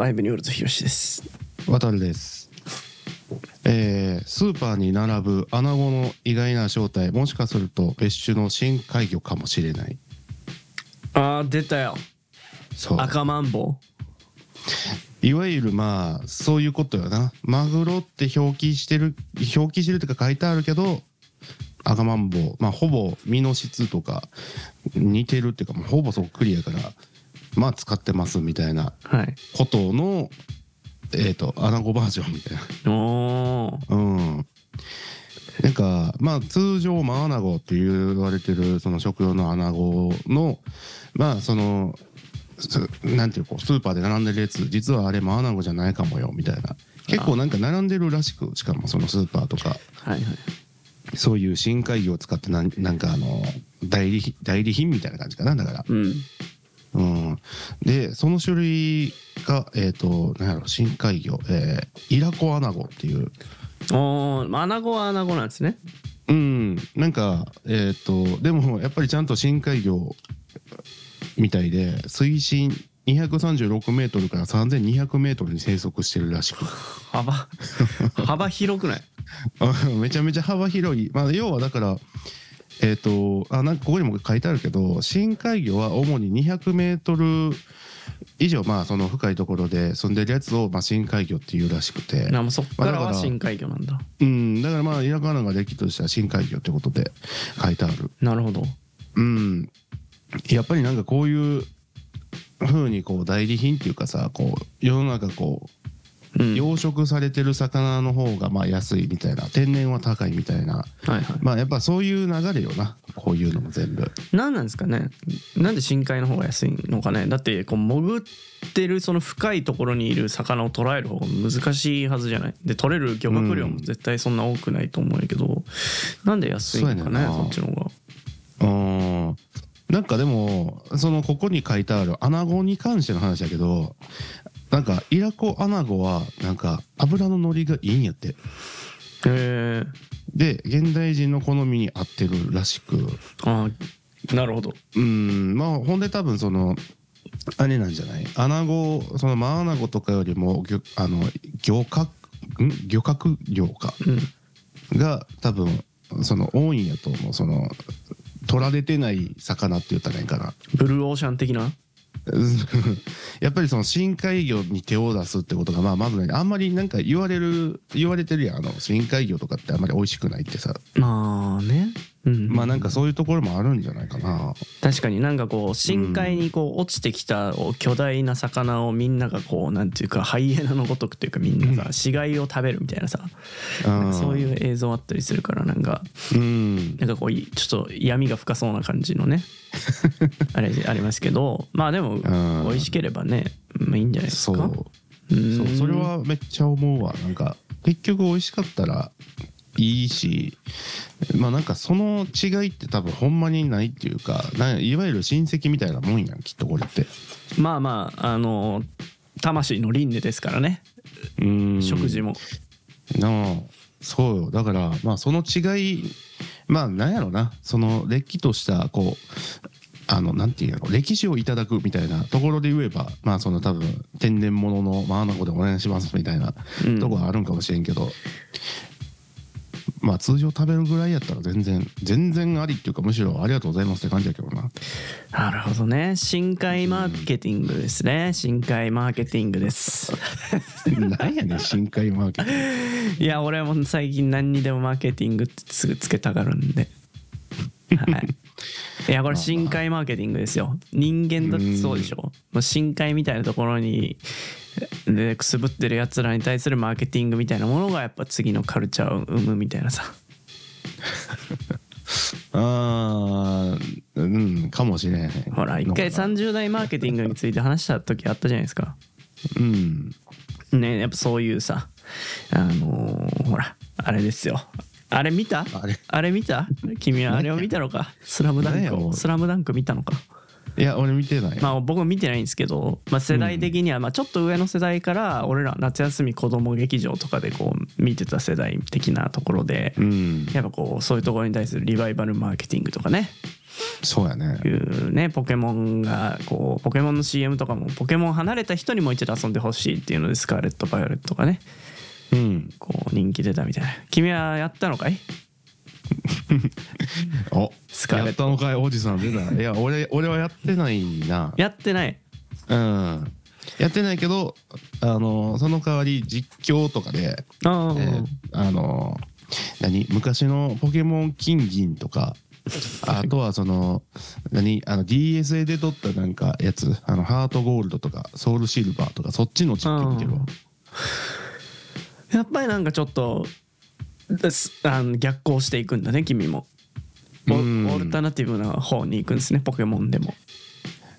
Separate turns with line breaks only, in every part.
アイブニオルトヒロシです。
渡るです、えースーパーに並ぶアナゴの意外な正体もしかすると別種の深海魚かもしれない
ああ、出たよ。
そう
赤マンボ
いわゆるまあそういうことよなマグロって表記してる表記してるとか書いてあるけど赤マンボウまあほぼ身の質とか似てるっていうかもうほぼそっくりやからまあ使ってますみたいな
ウ。はい。
ことのえっ、とアナゴバージョンみたいな
お
うん。なんかまあ通常マアナゴって言われてるその食用のアナゴのまあそのすなんていうかスーパーで並んでるやつ実はあれマアナゴじゃないかもよみたいな結構なんか並んでるらしくしかもそのスーパーとか
はいはい。
そういう深海魚を使ってなんなんかあの代理品代理品みたいな感じかなだから
うん。
うん、でその種類がえっ、となんやろ深海魚、えーイラコアナゴっていう
おー、アナゴはアナゴなんですね。
うんなんかえっ、とでもやっぱりちゃんと深海魚みたいで水深236メートルから3200メートルに生息してるらしく
幅、 幅広くない
めちゃめちゃ幅広い、まあ、要はだからえっ、とあなんかここにも書いてあるけど深海魚は主に200メートル以上まあその深いところで住んでるやつを、まあ、深海魚っていうらしくて
なもうそっから
まあだ
は
から
深海魚なんだ。
うんだからまあイラクアナが歴とした深海魚ってことで書いてある
なるほど。
うん、やっぱりなんかこういう風にこう代理品っていうかさこう世の中こ
う。
うん養殖されてる魚の方がまあ安いみたいな天然は高いみたいな
はいはい。
まあやっぱそういう流れよなこういうのも全部
なんなんですかねなんで深海の方が安いのかねだってこう潜ってるその深いところにいる魚を捉える方が難しいはずじゃないで取れる漁獲量も絶対そんな多くないと思うんやけど、なんで安いのか
そう
ね
やねんな
そっちの方が
うんなんかでもそのここに書いてあるアナゴに関しての話だけどなんかイラコアナゴはなんか油の乗りがいいんやって
へえ
で現代人の好みに合ってるらしく
ああなるほど
うんまあほんで多分そのあれなんじゃないアナゴそのマアナゴとかよりも魚あの漁獲ん漁獲量か
うん
が多分その多いんやと思うその取られてない魚って言ったらいいんかな
ブルーオーシャン的な
やっぱりその深海魚に手を出すってことがまあまずないあんまりなんか言われる言われてるやんあの深海魚とかってあんまり美味しくないってさ
まあねうん、
まあなんかそういうところもあるんじゃないかな
確かになんかこう深海にこう落ちてきた巨大な魚をみんながこうなんていうかハイエナのごとくっていうかみんなさ死骸を食べるみたいなさなんかそういうう映像あったりするからなんか
うん
なんかこういちょっと闇が深そうな感じの ねあれありますけどまあでも
ん
美味しければねまあいいんじゃないです
そ
か
う
うん
そうそれはめっちゃ思うわなんか結局美味しかったらいいしまあなんかその違いって多分ほんまにないっていうかないわゆる親戚みたいなもんやんきっとこれって
まあまああの魂の輪廻ですからね
うん
食事も
なあそうよだからまあその違いまあなんやろなそのれっきとしたこうあのなんていうの歴史をいただくみたいなところで言えばまあその多分天然物のマアナゴでお願いしますみたいな
うん
とこはあるんかもしれんけど、まあ通常食べるぐらいやったら全然全然ありっていうかむしろありがとうございますって感じやけど な
なるほどね深海マーケティングですね深海マーケティングです
なんやねん深海マーケット
いや俺も最近何にでもマーケティングってすぐつけたがるんではいい やこれ深海マーケティングですよ人間だってそうでしょもう深海みたいなところにでくすぶってるやつらに対するマーケティングみたいなものがやっぱ次のカルチャーを生むみたいなさ
あーうんかもしれん
ほら一回30代マーケティングについて話した時あったじゃないですか
うん
ねやっぱそういうさあのーほらあれですよあれ見た
あれ
あれ見た君はあれを見たのかスラムダン
何や
ク
も
を
う
スラムダンク見たのか
いや俺見てない、
まあ僕も見てないんですけど、まあ、世代的にはまあちょっと上の世代から俺ら夏休み子供劇場とかでこう見てた世代的なところで
うん
やっぱこうそういうところに対するリバイバルマーケティングとかね
そうやね
いうねポケモンがこうポケモンの CM とかもポケモン離れた人にも一度遊んでほしいっていうのでスカーレット・バイオレットがね
うん
こう人気出たみたいな君はやったのかい
お
スカーレット
やったのかいおじさん出たいや俺俺はやってないな
やってない
うんやってないけどあのその代わり実況とかで、
ああ、
えーあの何昔のポケモン金銀と かあとはその何あの DSA で撮ったなんかやつあのハートゴールドとかソウルシルバーとかそっちの実況見てるわ
うんやっぱりなんかちょっとすあの逆行していくんだね君もオ
うん
オルタナティブな方に行くんですねポケモンでも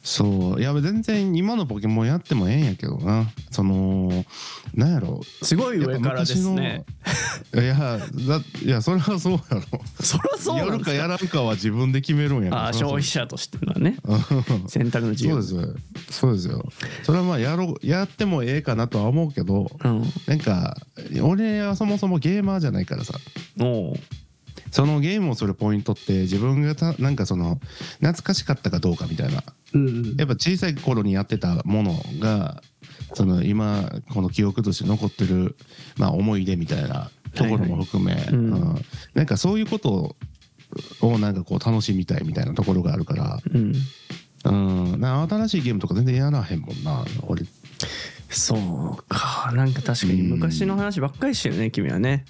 そういや全然今のポケモンやってもええんやけどなそのなんやろ
すごい上からですね
いやだいやそれはそうやろ
そりゃそう
や
な
る
んで
か
す
やらんかは自分で決めるんやから
ああ消費者としてのね
うん
選択の自
そう
由
ですよそうですよそれはまあやろうやってもええかなとは思うけど
う
なんか俺はそもそもゲーマーじゃないからさ
んおう
そのゲームをするポイントって自分がたなんかその懐かしかったかどうかみたいな
うん
やっぱ小さい頃にやってたものがその今この記憶として残ってる、まあ、思い出みたいなところも含め、
うん
うんなんかそういうことをなんかこう楽しみたいみたいなところがあるから、
うん
うん、なんか新しいゲームとか全然やらへんもんな俺
そうかなんか確かに昔の話ばっかりしてるね君はね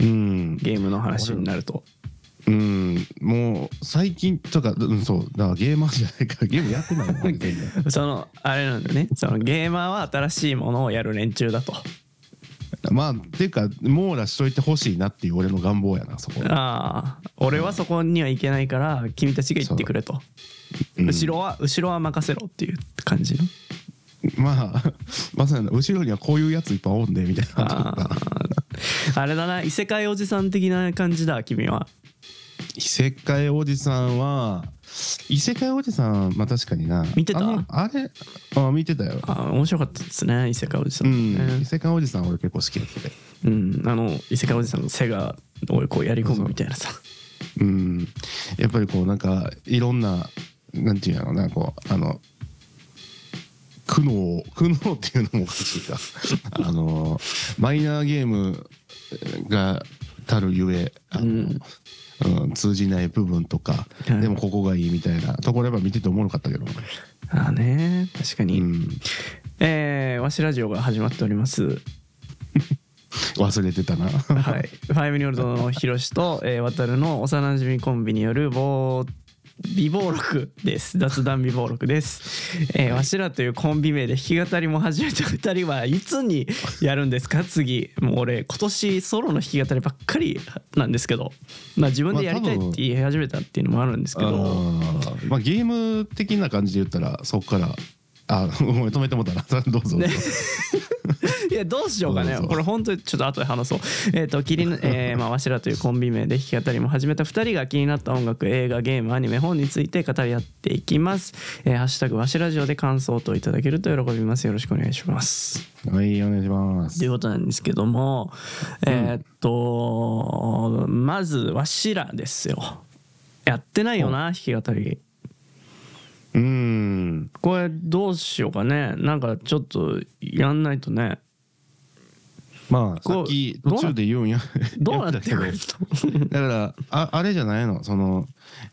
うん、
ゲームの話になると
うん、もう最近とか、うん、そうだからゲーマーじゃないから ゲームやってないもん俺全然
そのあれなんだねそのゲーマーは新しいものをやる連中だと
まあっていうか網羅しといてほしいなっていう俺の願望やなそこ
ああ俺はそこには行けないから君たちが行ってくれと、
うん
後ろは後ろは任せろっていう感じの
まあ、まさに後ろにはこういうやついっぱいおんでみたいなとこ
あ
が
ーあれだな異世界おじさん的な感じだ君は
異世界おじさんは異世界おじさんまあ確かにな
見てた
あのあれあ見てたよ、
あー面白かったですね異世界おじさ
うんん
ね、
異世界おじさん俺結構好きだったで
うんあの異世界おじさんの背が俺こうやり込むみたいなさ
うんやっぱりこうなんかいろんななんていうんやろうなこうあの苦悩 苦悩っていうのもおかしいか あのマイナーゲームがたるゆえあの、
うん
うん通じない部分とか、
はい
でもここがいいみたいなところやっぱ見てておもろかったけど、
ああね確か
う
に、
ん、
えー、わしラジオが始まっております
忘れてたな
はい、ファイブニョルドのヒロシと、えー、渡るの幼馴染コンビによる暴美暴録です雑談美暴録です、えー、わしらというコンビ名で弾き語りも始めた二人はいつにやるんですか次もう俺今年ソロの弾き語りばっかりなんですけどまあ自分でやりたいって言い始めたっていうのもあるんですけ
あ
ど、
ーまあゲーム的な感じで言ったらそこからあごめん止めてもうたな どうぞ、
ね いやどうしようかね
どうぞ
これ本当にちょっと後で話そうえっ、とキリン、えーまあ、わしらというコンビ名で弾き語りも始めた2人が気になった音楽映画ゲームアニメ本について語り合っていきます「えーハッシュタグわしラジオ」で感想といただけると喜びますよろしくお願いします
はいお願いしま
とい
す
うことなんですけどもえーっとまずわしらですよやってないよな弾き語り
うん
これどうしようかねなんかちょっとやんないとね
まあ
こ
さ
う
っき途中で言うんや
どうなってく
や
る
た
と
けどだからああれじゃないのその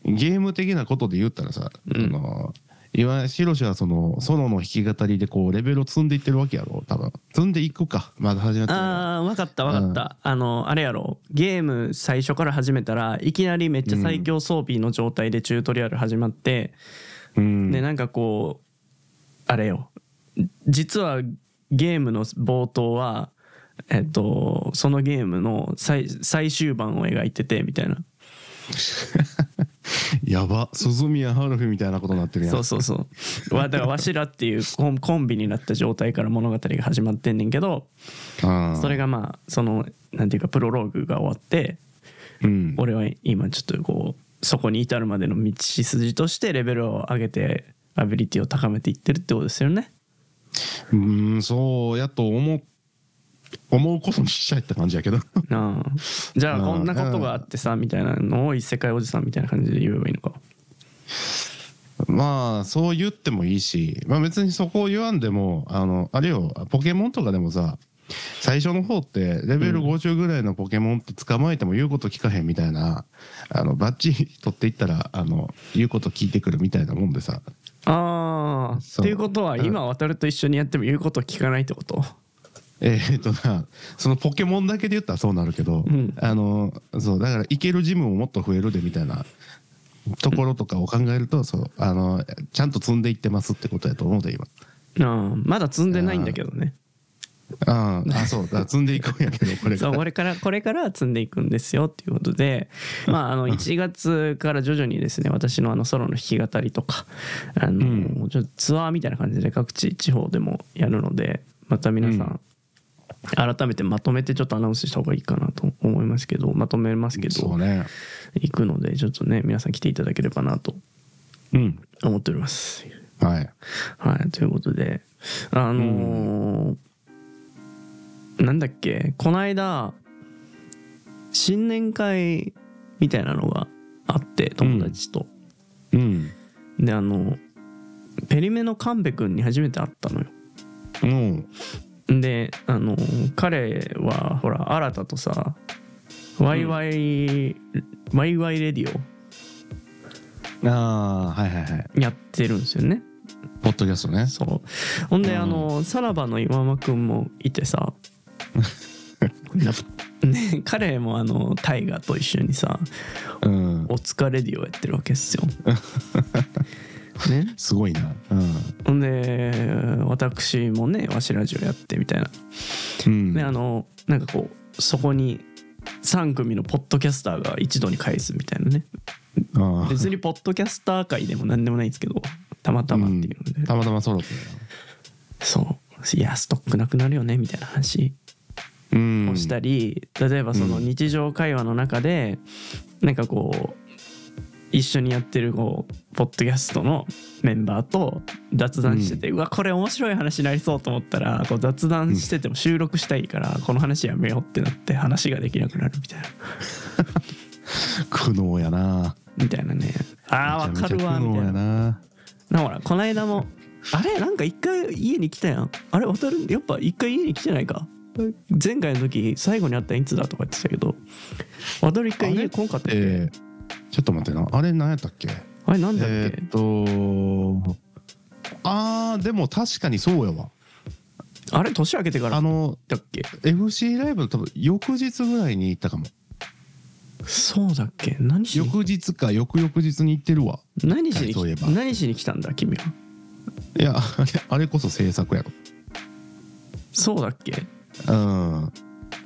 ゲーム的なことで言ったらさ、
うん
あの今シロシはそのソロの弾き語りでこうレベルを積んでいってるわけやろ多分積んでいくかまだ始まってない
ああ分かった分かった、あのあれやろゲーム最初から始めたらいきなりめっちゃ最強装備の状態でチュートリアル始まって、
うん
でなんかこうあれよ実はゲームの冒頭はえっとそのゲームの最最終版を描いててみたいな
やば鈴宮ハルフみたいなことになってるやん
そうそうそうわだからわしらっていうコンコンビになった状態から物語が始まってんねんけど
あー
それがまあそのなんていうかプロローグが終わって
うん
俺は今ちょっとこうそこに至るまでの道筋としてレベルを上げてアビリティを高めていってるってことですよね。
うーんそうやと思う思うことにしちゃいって感じやけど
ああじゃあ
まあ
こんなことがあってさみたいなのを異世界おじさんみたいな感じで言えばいいのか。
まあそう言ってもいいし、まあ、別にそこを言わんでもあのあれよポケモンとかでもさ最初の方ってレベ
う
ル
ん
50ぐらいのポケモンって捕まえても言うこと聞かへんみたいな、あのバッチリ取っていったらあの言うこと聞いてくるみたいなもんでさ
ああ
そ
っ
う
ていうことは
うん
今渡ると一緒にやっても言うこと聞かないってこと
えーっとなそのポケモンだけで言ったらそうなるけど、
うん
あのそうだから行けるジムももっと増えるでみたいなところとかを考えると、そうあのちゃんと積んでいってますってことやと思うで今。
うんまだ積んでないんだけどね
あーあそうだ積んでいくんやけどこれか
そう
ら
これからこれから積んでいくんですよっていうことで、まあ、あの1月から徐々にですね私のあのソロの弾き語りとかあの、ちょっとツアーみたいな感じで各地地方でもやるのでまた皆さん、改めてまとめてちょっとアナウンスした方がいいかなと思いますけどまとめますけ
そ
ど
うね
行くのでちょっとね皆さん来ていただければなと
うん
思っております。
はい
はい、ということであのーなんだっけこの間新年会みたいなのがあって友達と、
うん
であのペリメの神戸君に初めて会ったのよ
うん
であの彼はほら新たとさワイワイ、ワイワイレディ
ああはいはいはい
オやってるんですよね
ポッドキャストね
そうほんで、
うん
あのさらばの岩間くんもいて さやっぱね彼もあのタイガと一緒にさ
うん
「お疲れディオ」やってるわけっ すよ。ね、
すごいなうん
ほんで私もねわしラジオやってみたいな。
うん
であのなんかこうそこに3組のポッドキャスターが一度に返すみたいなね
あー
別にポッドキャスター界でも何でもないんですけどたまたまっていうので、
うんたまたまソロくんや
そういやストックなくなるよねみたいな話
うん
をしたり、例えばその日常会話の中で、なんかこう一緒にやってるこうポッドキャストのメンバーと雑談してて、うわこれ面白い話になりそうと思ったらこう雑談してても収録したいから、この話やめようってなって話ができなくなるみたいな
苦悩やな
みたいなねあーわ
めち
か
ゃめち
る
ゃ
わ
苦
みた
悩
いな
やな
なほらこの間もあれなんか一回家に来たやんあれ渡るやっぱ一回家に来てないか前回の時最後に会ったんいつだとか言ってたけど渡る一回
あ
家
れ
来んかったっけ
えーちょっと待ってなあれ何やったっけ
あれなんだっけ、
えーっとあーでも確かにそうやわ
あれ年明けてから
あの
だっけ
FC ライブの多分翌日ぐらいに行ったかも
そうだっけ何しに
翌日か翌々日に行ってるわ
何しに
そういえば
来何しに来たんだ君はい
やあれあれこそ制作やろ
そうだっけ
うん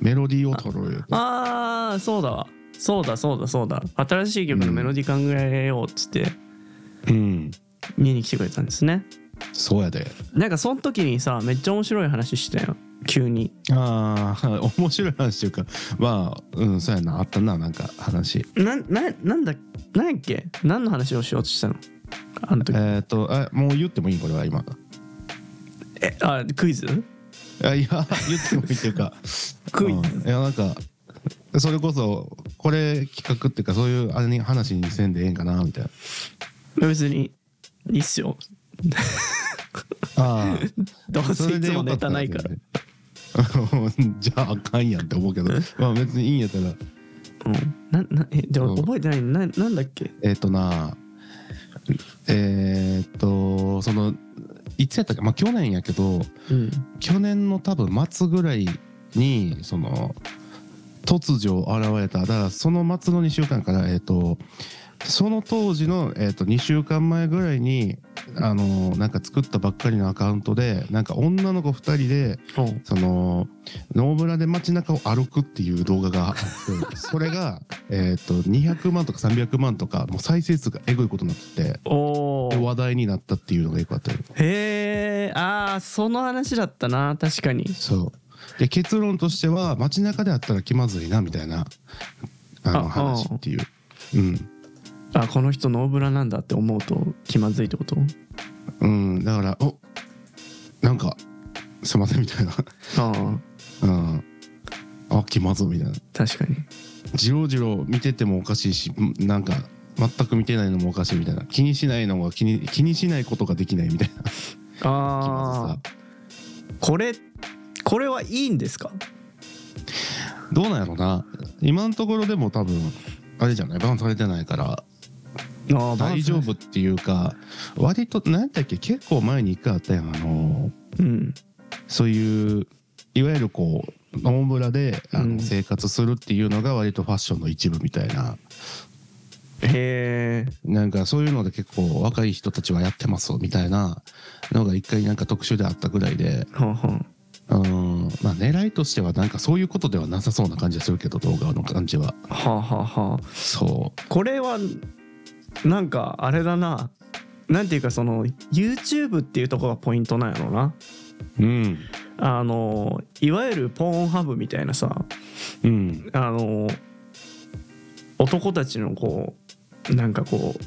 メロディーを取ろうよ
あーそうだわそうだそうだそうだ新しい曲のメロディー考えようっつって
うん
家に来てくれたんですね
そうやで
なんかその時にさめっちゃ面白い話してたよ急に
ああ 面白い話というかまあうんそうやなあったななんか話
なんななんだなんやっけ何の話をしようとしたのあの
え
時
ーっとあもう言ってもい いこれは今
えあクイズ
あいや言ってもいいっていう か
クイズ
うんいやなんかそれこそこれ企画っていうかそういうあれに話にせんでええんかなみたいな
別にいいっすよ
ああ
どうせいつもネタないから
ら。 じゃああかんやんって思うけど、まあ別にいいんやったら、
うんななえでも
うん
覚えてないななんだっけ
えっ、とな、えっ、と、その、いつやったっけ、まあ去年やけど、
うん
去年の多分末ぐらいに、その、突如現れた、だからその末の2週間から、えっ、と、その当時の、えー、と2週間前ぐらいにあのなんか作ったばっかりのアカウントでなんか女の子2人でそのノーブラで街中を歩くっていう動画があってそれが、 えー、と200万とか300万とかもう再生数がえぐいことになって
お
てで
お
話題になったっていうのがよくあったよ
へえあーその話だったな確かに
そうで結論としては街中であったら気まずいなみたいなあ
あ
の話っていううん、
あこの人ノーブラなんだって思うと気まずいってこと
うん、だからおなんかすいませんみたいな
ああ
うんあ気まずいみたいな
確かに
ジロジロ見ててもおかしいしんなんか全く見てないのもおかしいみたいな気にしないのが気に気にしないことができないみたいな気まず
あ
さ
あこれこれはいいんですか
どうなんやろな今のところでも多分あれじゃないバンされてないから
ああ
大丈夫っていうか割と何だっけ結構前に一回あったやんあの
うん
そういういわゆるこう野村であ
うん
の生活するっていうのが割とファッションの一部みたいな、
へえ
なんかそういうので結構若い人たちはやってますみたいなのが一回なんか特集であったぐらいで
はんはん
うんまあ狙いとしてはなんかそういうことではなさそうな感じがするけど動画の感じは
はあ、はあはあ、
そ
これはなんかあれだななんていうかその YouTube っていうところがポイントなんやろな
ううん
あのいわゆるポーンハブみたいなさ
うん
あの男たちのこうなんかこう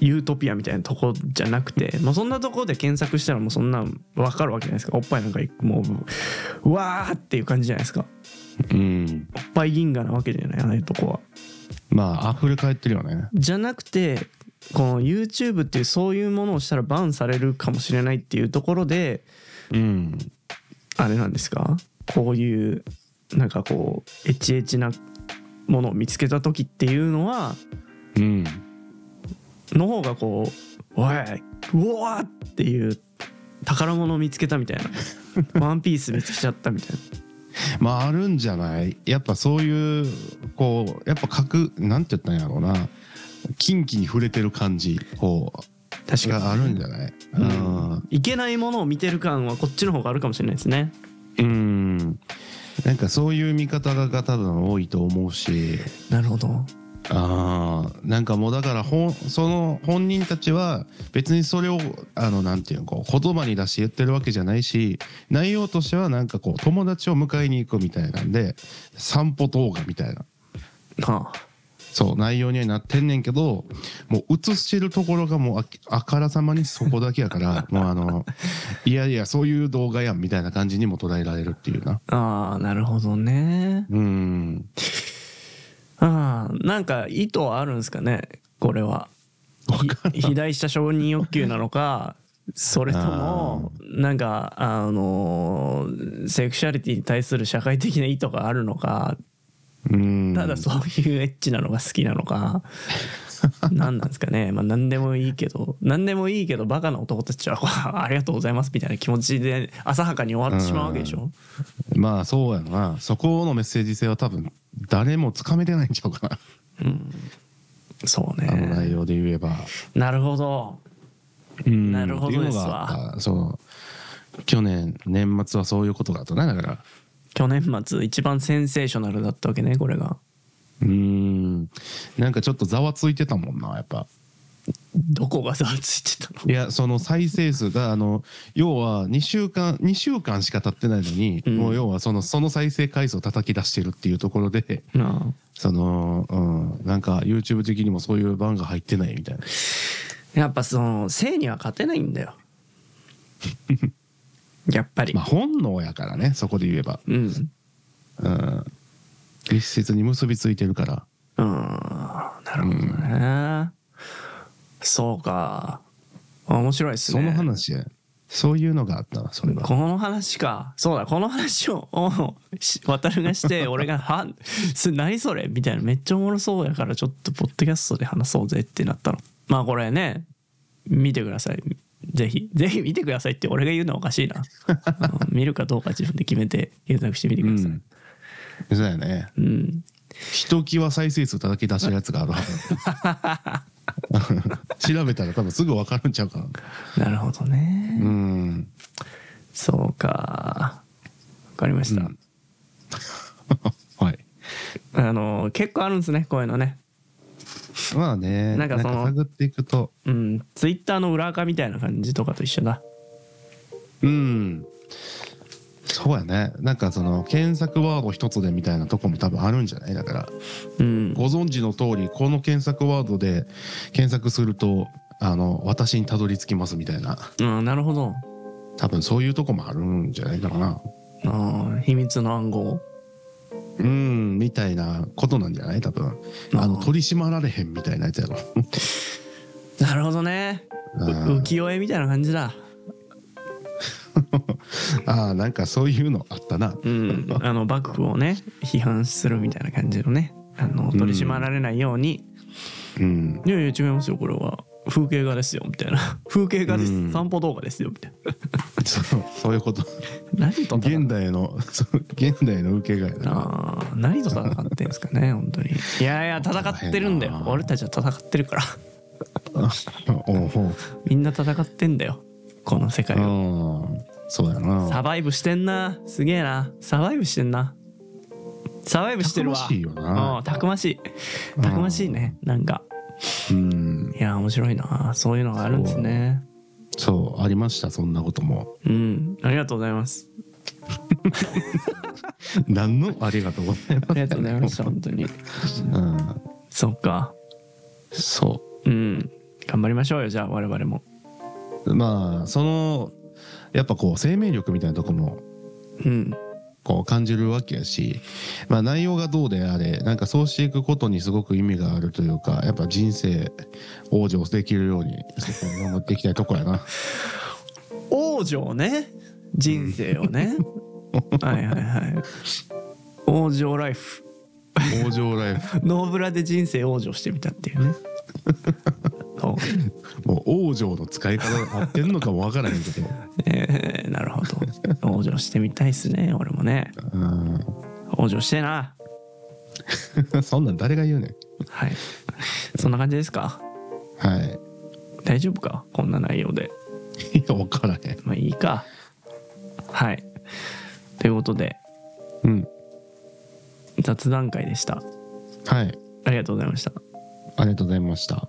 ユートピアみたいなとこじゃなくて、まあ、そんなとこで検索したらもうそんなんわかるわけじゃないですかおっぱいなんかもううわーっていう感じじゃないですか
うん
おっぱい銀河なわけじゃないあのとこは。
まあ溢れ返ってるよね
じゃなくてこの YouTube っていうそういうものをしたらバンされるかもしれないっていうところで
うん
あれなんですかこういうなんかこうエッチエッチなものを見つけた時っていうのは
うん
の方がこう「おいうわ!」っていう宝物を見つけたみたいな「ワンピース見つけちゃったみたい
まああるんじゃないやっぱそういうこうやっぱ格なんて言ったんやろうな近畿に触れてる感じこ
な確
う
か
があるんじゃないうん
いけないものを見てる感はこっちの方があるかもしれないですね
うんなんかそういう見方が多分多いと思うし
なるほど
あーなんかもうだから本その本人たちは別にそれをあのなんていうのこう言葉に出して言ってるわけじゃないし内容としてはなんかこう友達を迎えに行くみたいなんで散歩動画みたいな
はあ
そう内容にはなってんねんけどもう映してるところがもうあきあからさまにそこだけやから もうあのいやいやそういう動画やんみたいな感じにも捉えられるっていうな
ああなるほどね
うん
ああなんか意図はあるんですかねこれはひ肥大した承認欲求なのかそれともなんかあのーセクシャリティに対する社会的な意図があるのか
うん
ただそういうエッチなのが好きなの か何なんですかねまあ何でもいいけど何でもいいけどバカな男たちは こうありがとうございますみたいな気持ちで浅はかに終わってしまうわけでしょ
まあそうやろなそこのメッセージ性は多分誰もつかめてないんちゃうかな
そう
あの
ね
内容で言えば、
なるほど
うん
なるほどですわ
っていうのがあったそう去年年末はそういうことがあったなだから
去年末一番センセーショナルだったわけねこれが
うんなんかちょっとざわついてたもんなやっぱ
どこがざわついてたの
いやその再生数があの要は2週間2週間しか経ってないのに、
うん
もう要はそのその再生回数を叩き出してるっていうところで
な
その、うん、なんか YouTube 的にもそういう番が入ってないみたいな
あやっぱその性には勝てないんだよ やっぱり、
まあ本能やからねそこで言えば、
うん
うん、密接に結びついてるから
うんなるほどね、そうか面白いです
そ
ね
の話や、そういうのがあったわそれは
この話かそうだこの話をおし渡るがして 俺が「はす何それ?」みたいなめっちゃおもろそうやからちょっとポッドキャストで話そうぜってなったのまあこれね見てくださいぜひぜひ見てくださいって俺が言うのはおかしいな、うん見るかどうか自分で決めて検索してみてください、
そうやね
うん
ひときわ再生数叩き出してるやつがあるは ず調べたら多分すぐ分かるんちゃうかな
なるほどね、
うん
そうかわかりました、
うん はい
あの結構あるんですねこういうのね
まあね
なんかその
探っていくと
うんツイッターの裏垢みたいな感じとかと一緒だ
うんそうやねなんかその検索ワード一つでみたいなとこも多分あるんじゃないだから
うん
ご存知の通りこの検索ワードで検索するとあの私にたどり着きますみたいな
うん、なるほど。
多分そういうとこもあるんじゃないかな
あー秘密の暗号。
うんみたいなことなんじゃない多分あの取り締まられへんみたいなやつやろ
なるほどねう
うん
浮世絵みたいな感じだ
ああなんかそういうのあったな
うんあの幕府をね批判するみたいな感じのねあの取り締まられないように、
うん
いやいや違いますよこれは風景画ですよみたい な風景画です、
うん
散歩動画ですよみたい
そうそういうこと
な何と戦っ
現代のそう現代の受けがや な
あー何と戦ってんですかね本当にいやいや戦ってるんだ
大
よ
変だな
俺たちは戦ってるから
おうおう
みんな戦ってんだよこの世界を
うんそうやな
サバイブしてんなすげえなサバイブしてんなサバイブしてるわ
たくましいよ
うん
な
たくましいたくましいねなんか
うん
いや面白いなそういうのがあるんですね
そうありましたそんなことも
うんありがとうございます
何のありがとうございます
ありがとうございました本当に
うん
そっか
そ
うん頑張りましょうよじゃあ我々も
うまあそのやっぱこう生命力みたいなとこも
うん
こう感じるわけやし、まあ、内容がどうであれなんかそうしていくことにすごく意味があるというかやっぱ人生往生できるようにそこを守っていきたいとこやな
王女ね人生をねはいはいはい王女ライフ
往生ライフ
ノーブラで人生王女してみたって いうねそう
もう往生の使い方が合ってんのかもわからへんけど、
えーなるほど王女してみたいっすね俺もね王女してえな
うん、 そんなん誰が言うねん
はいそんな感じですか
はい
大丈夫かこんな内容で
いや分からへん
まあいいかはいということで
うん
雑談会でした
はい
ありがとうございました
ありがとうございました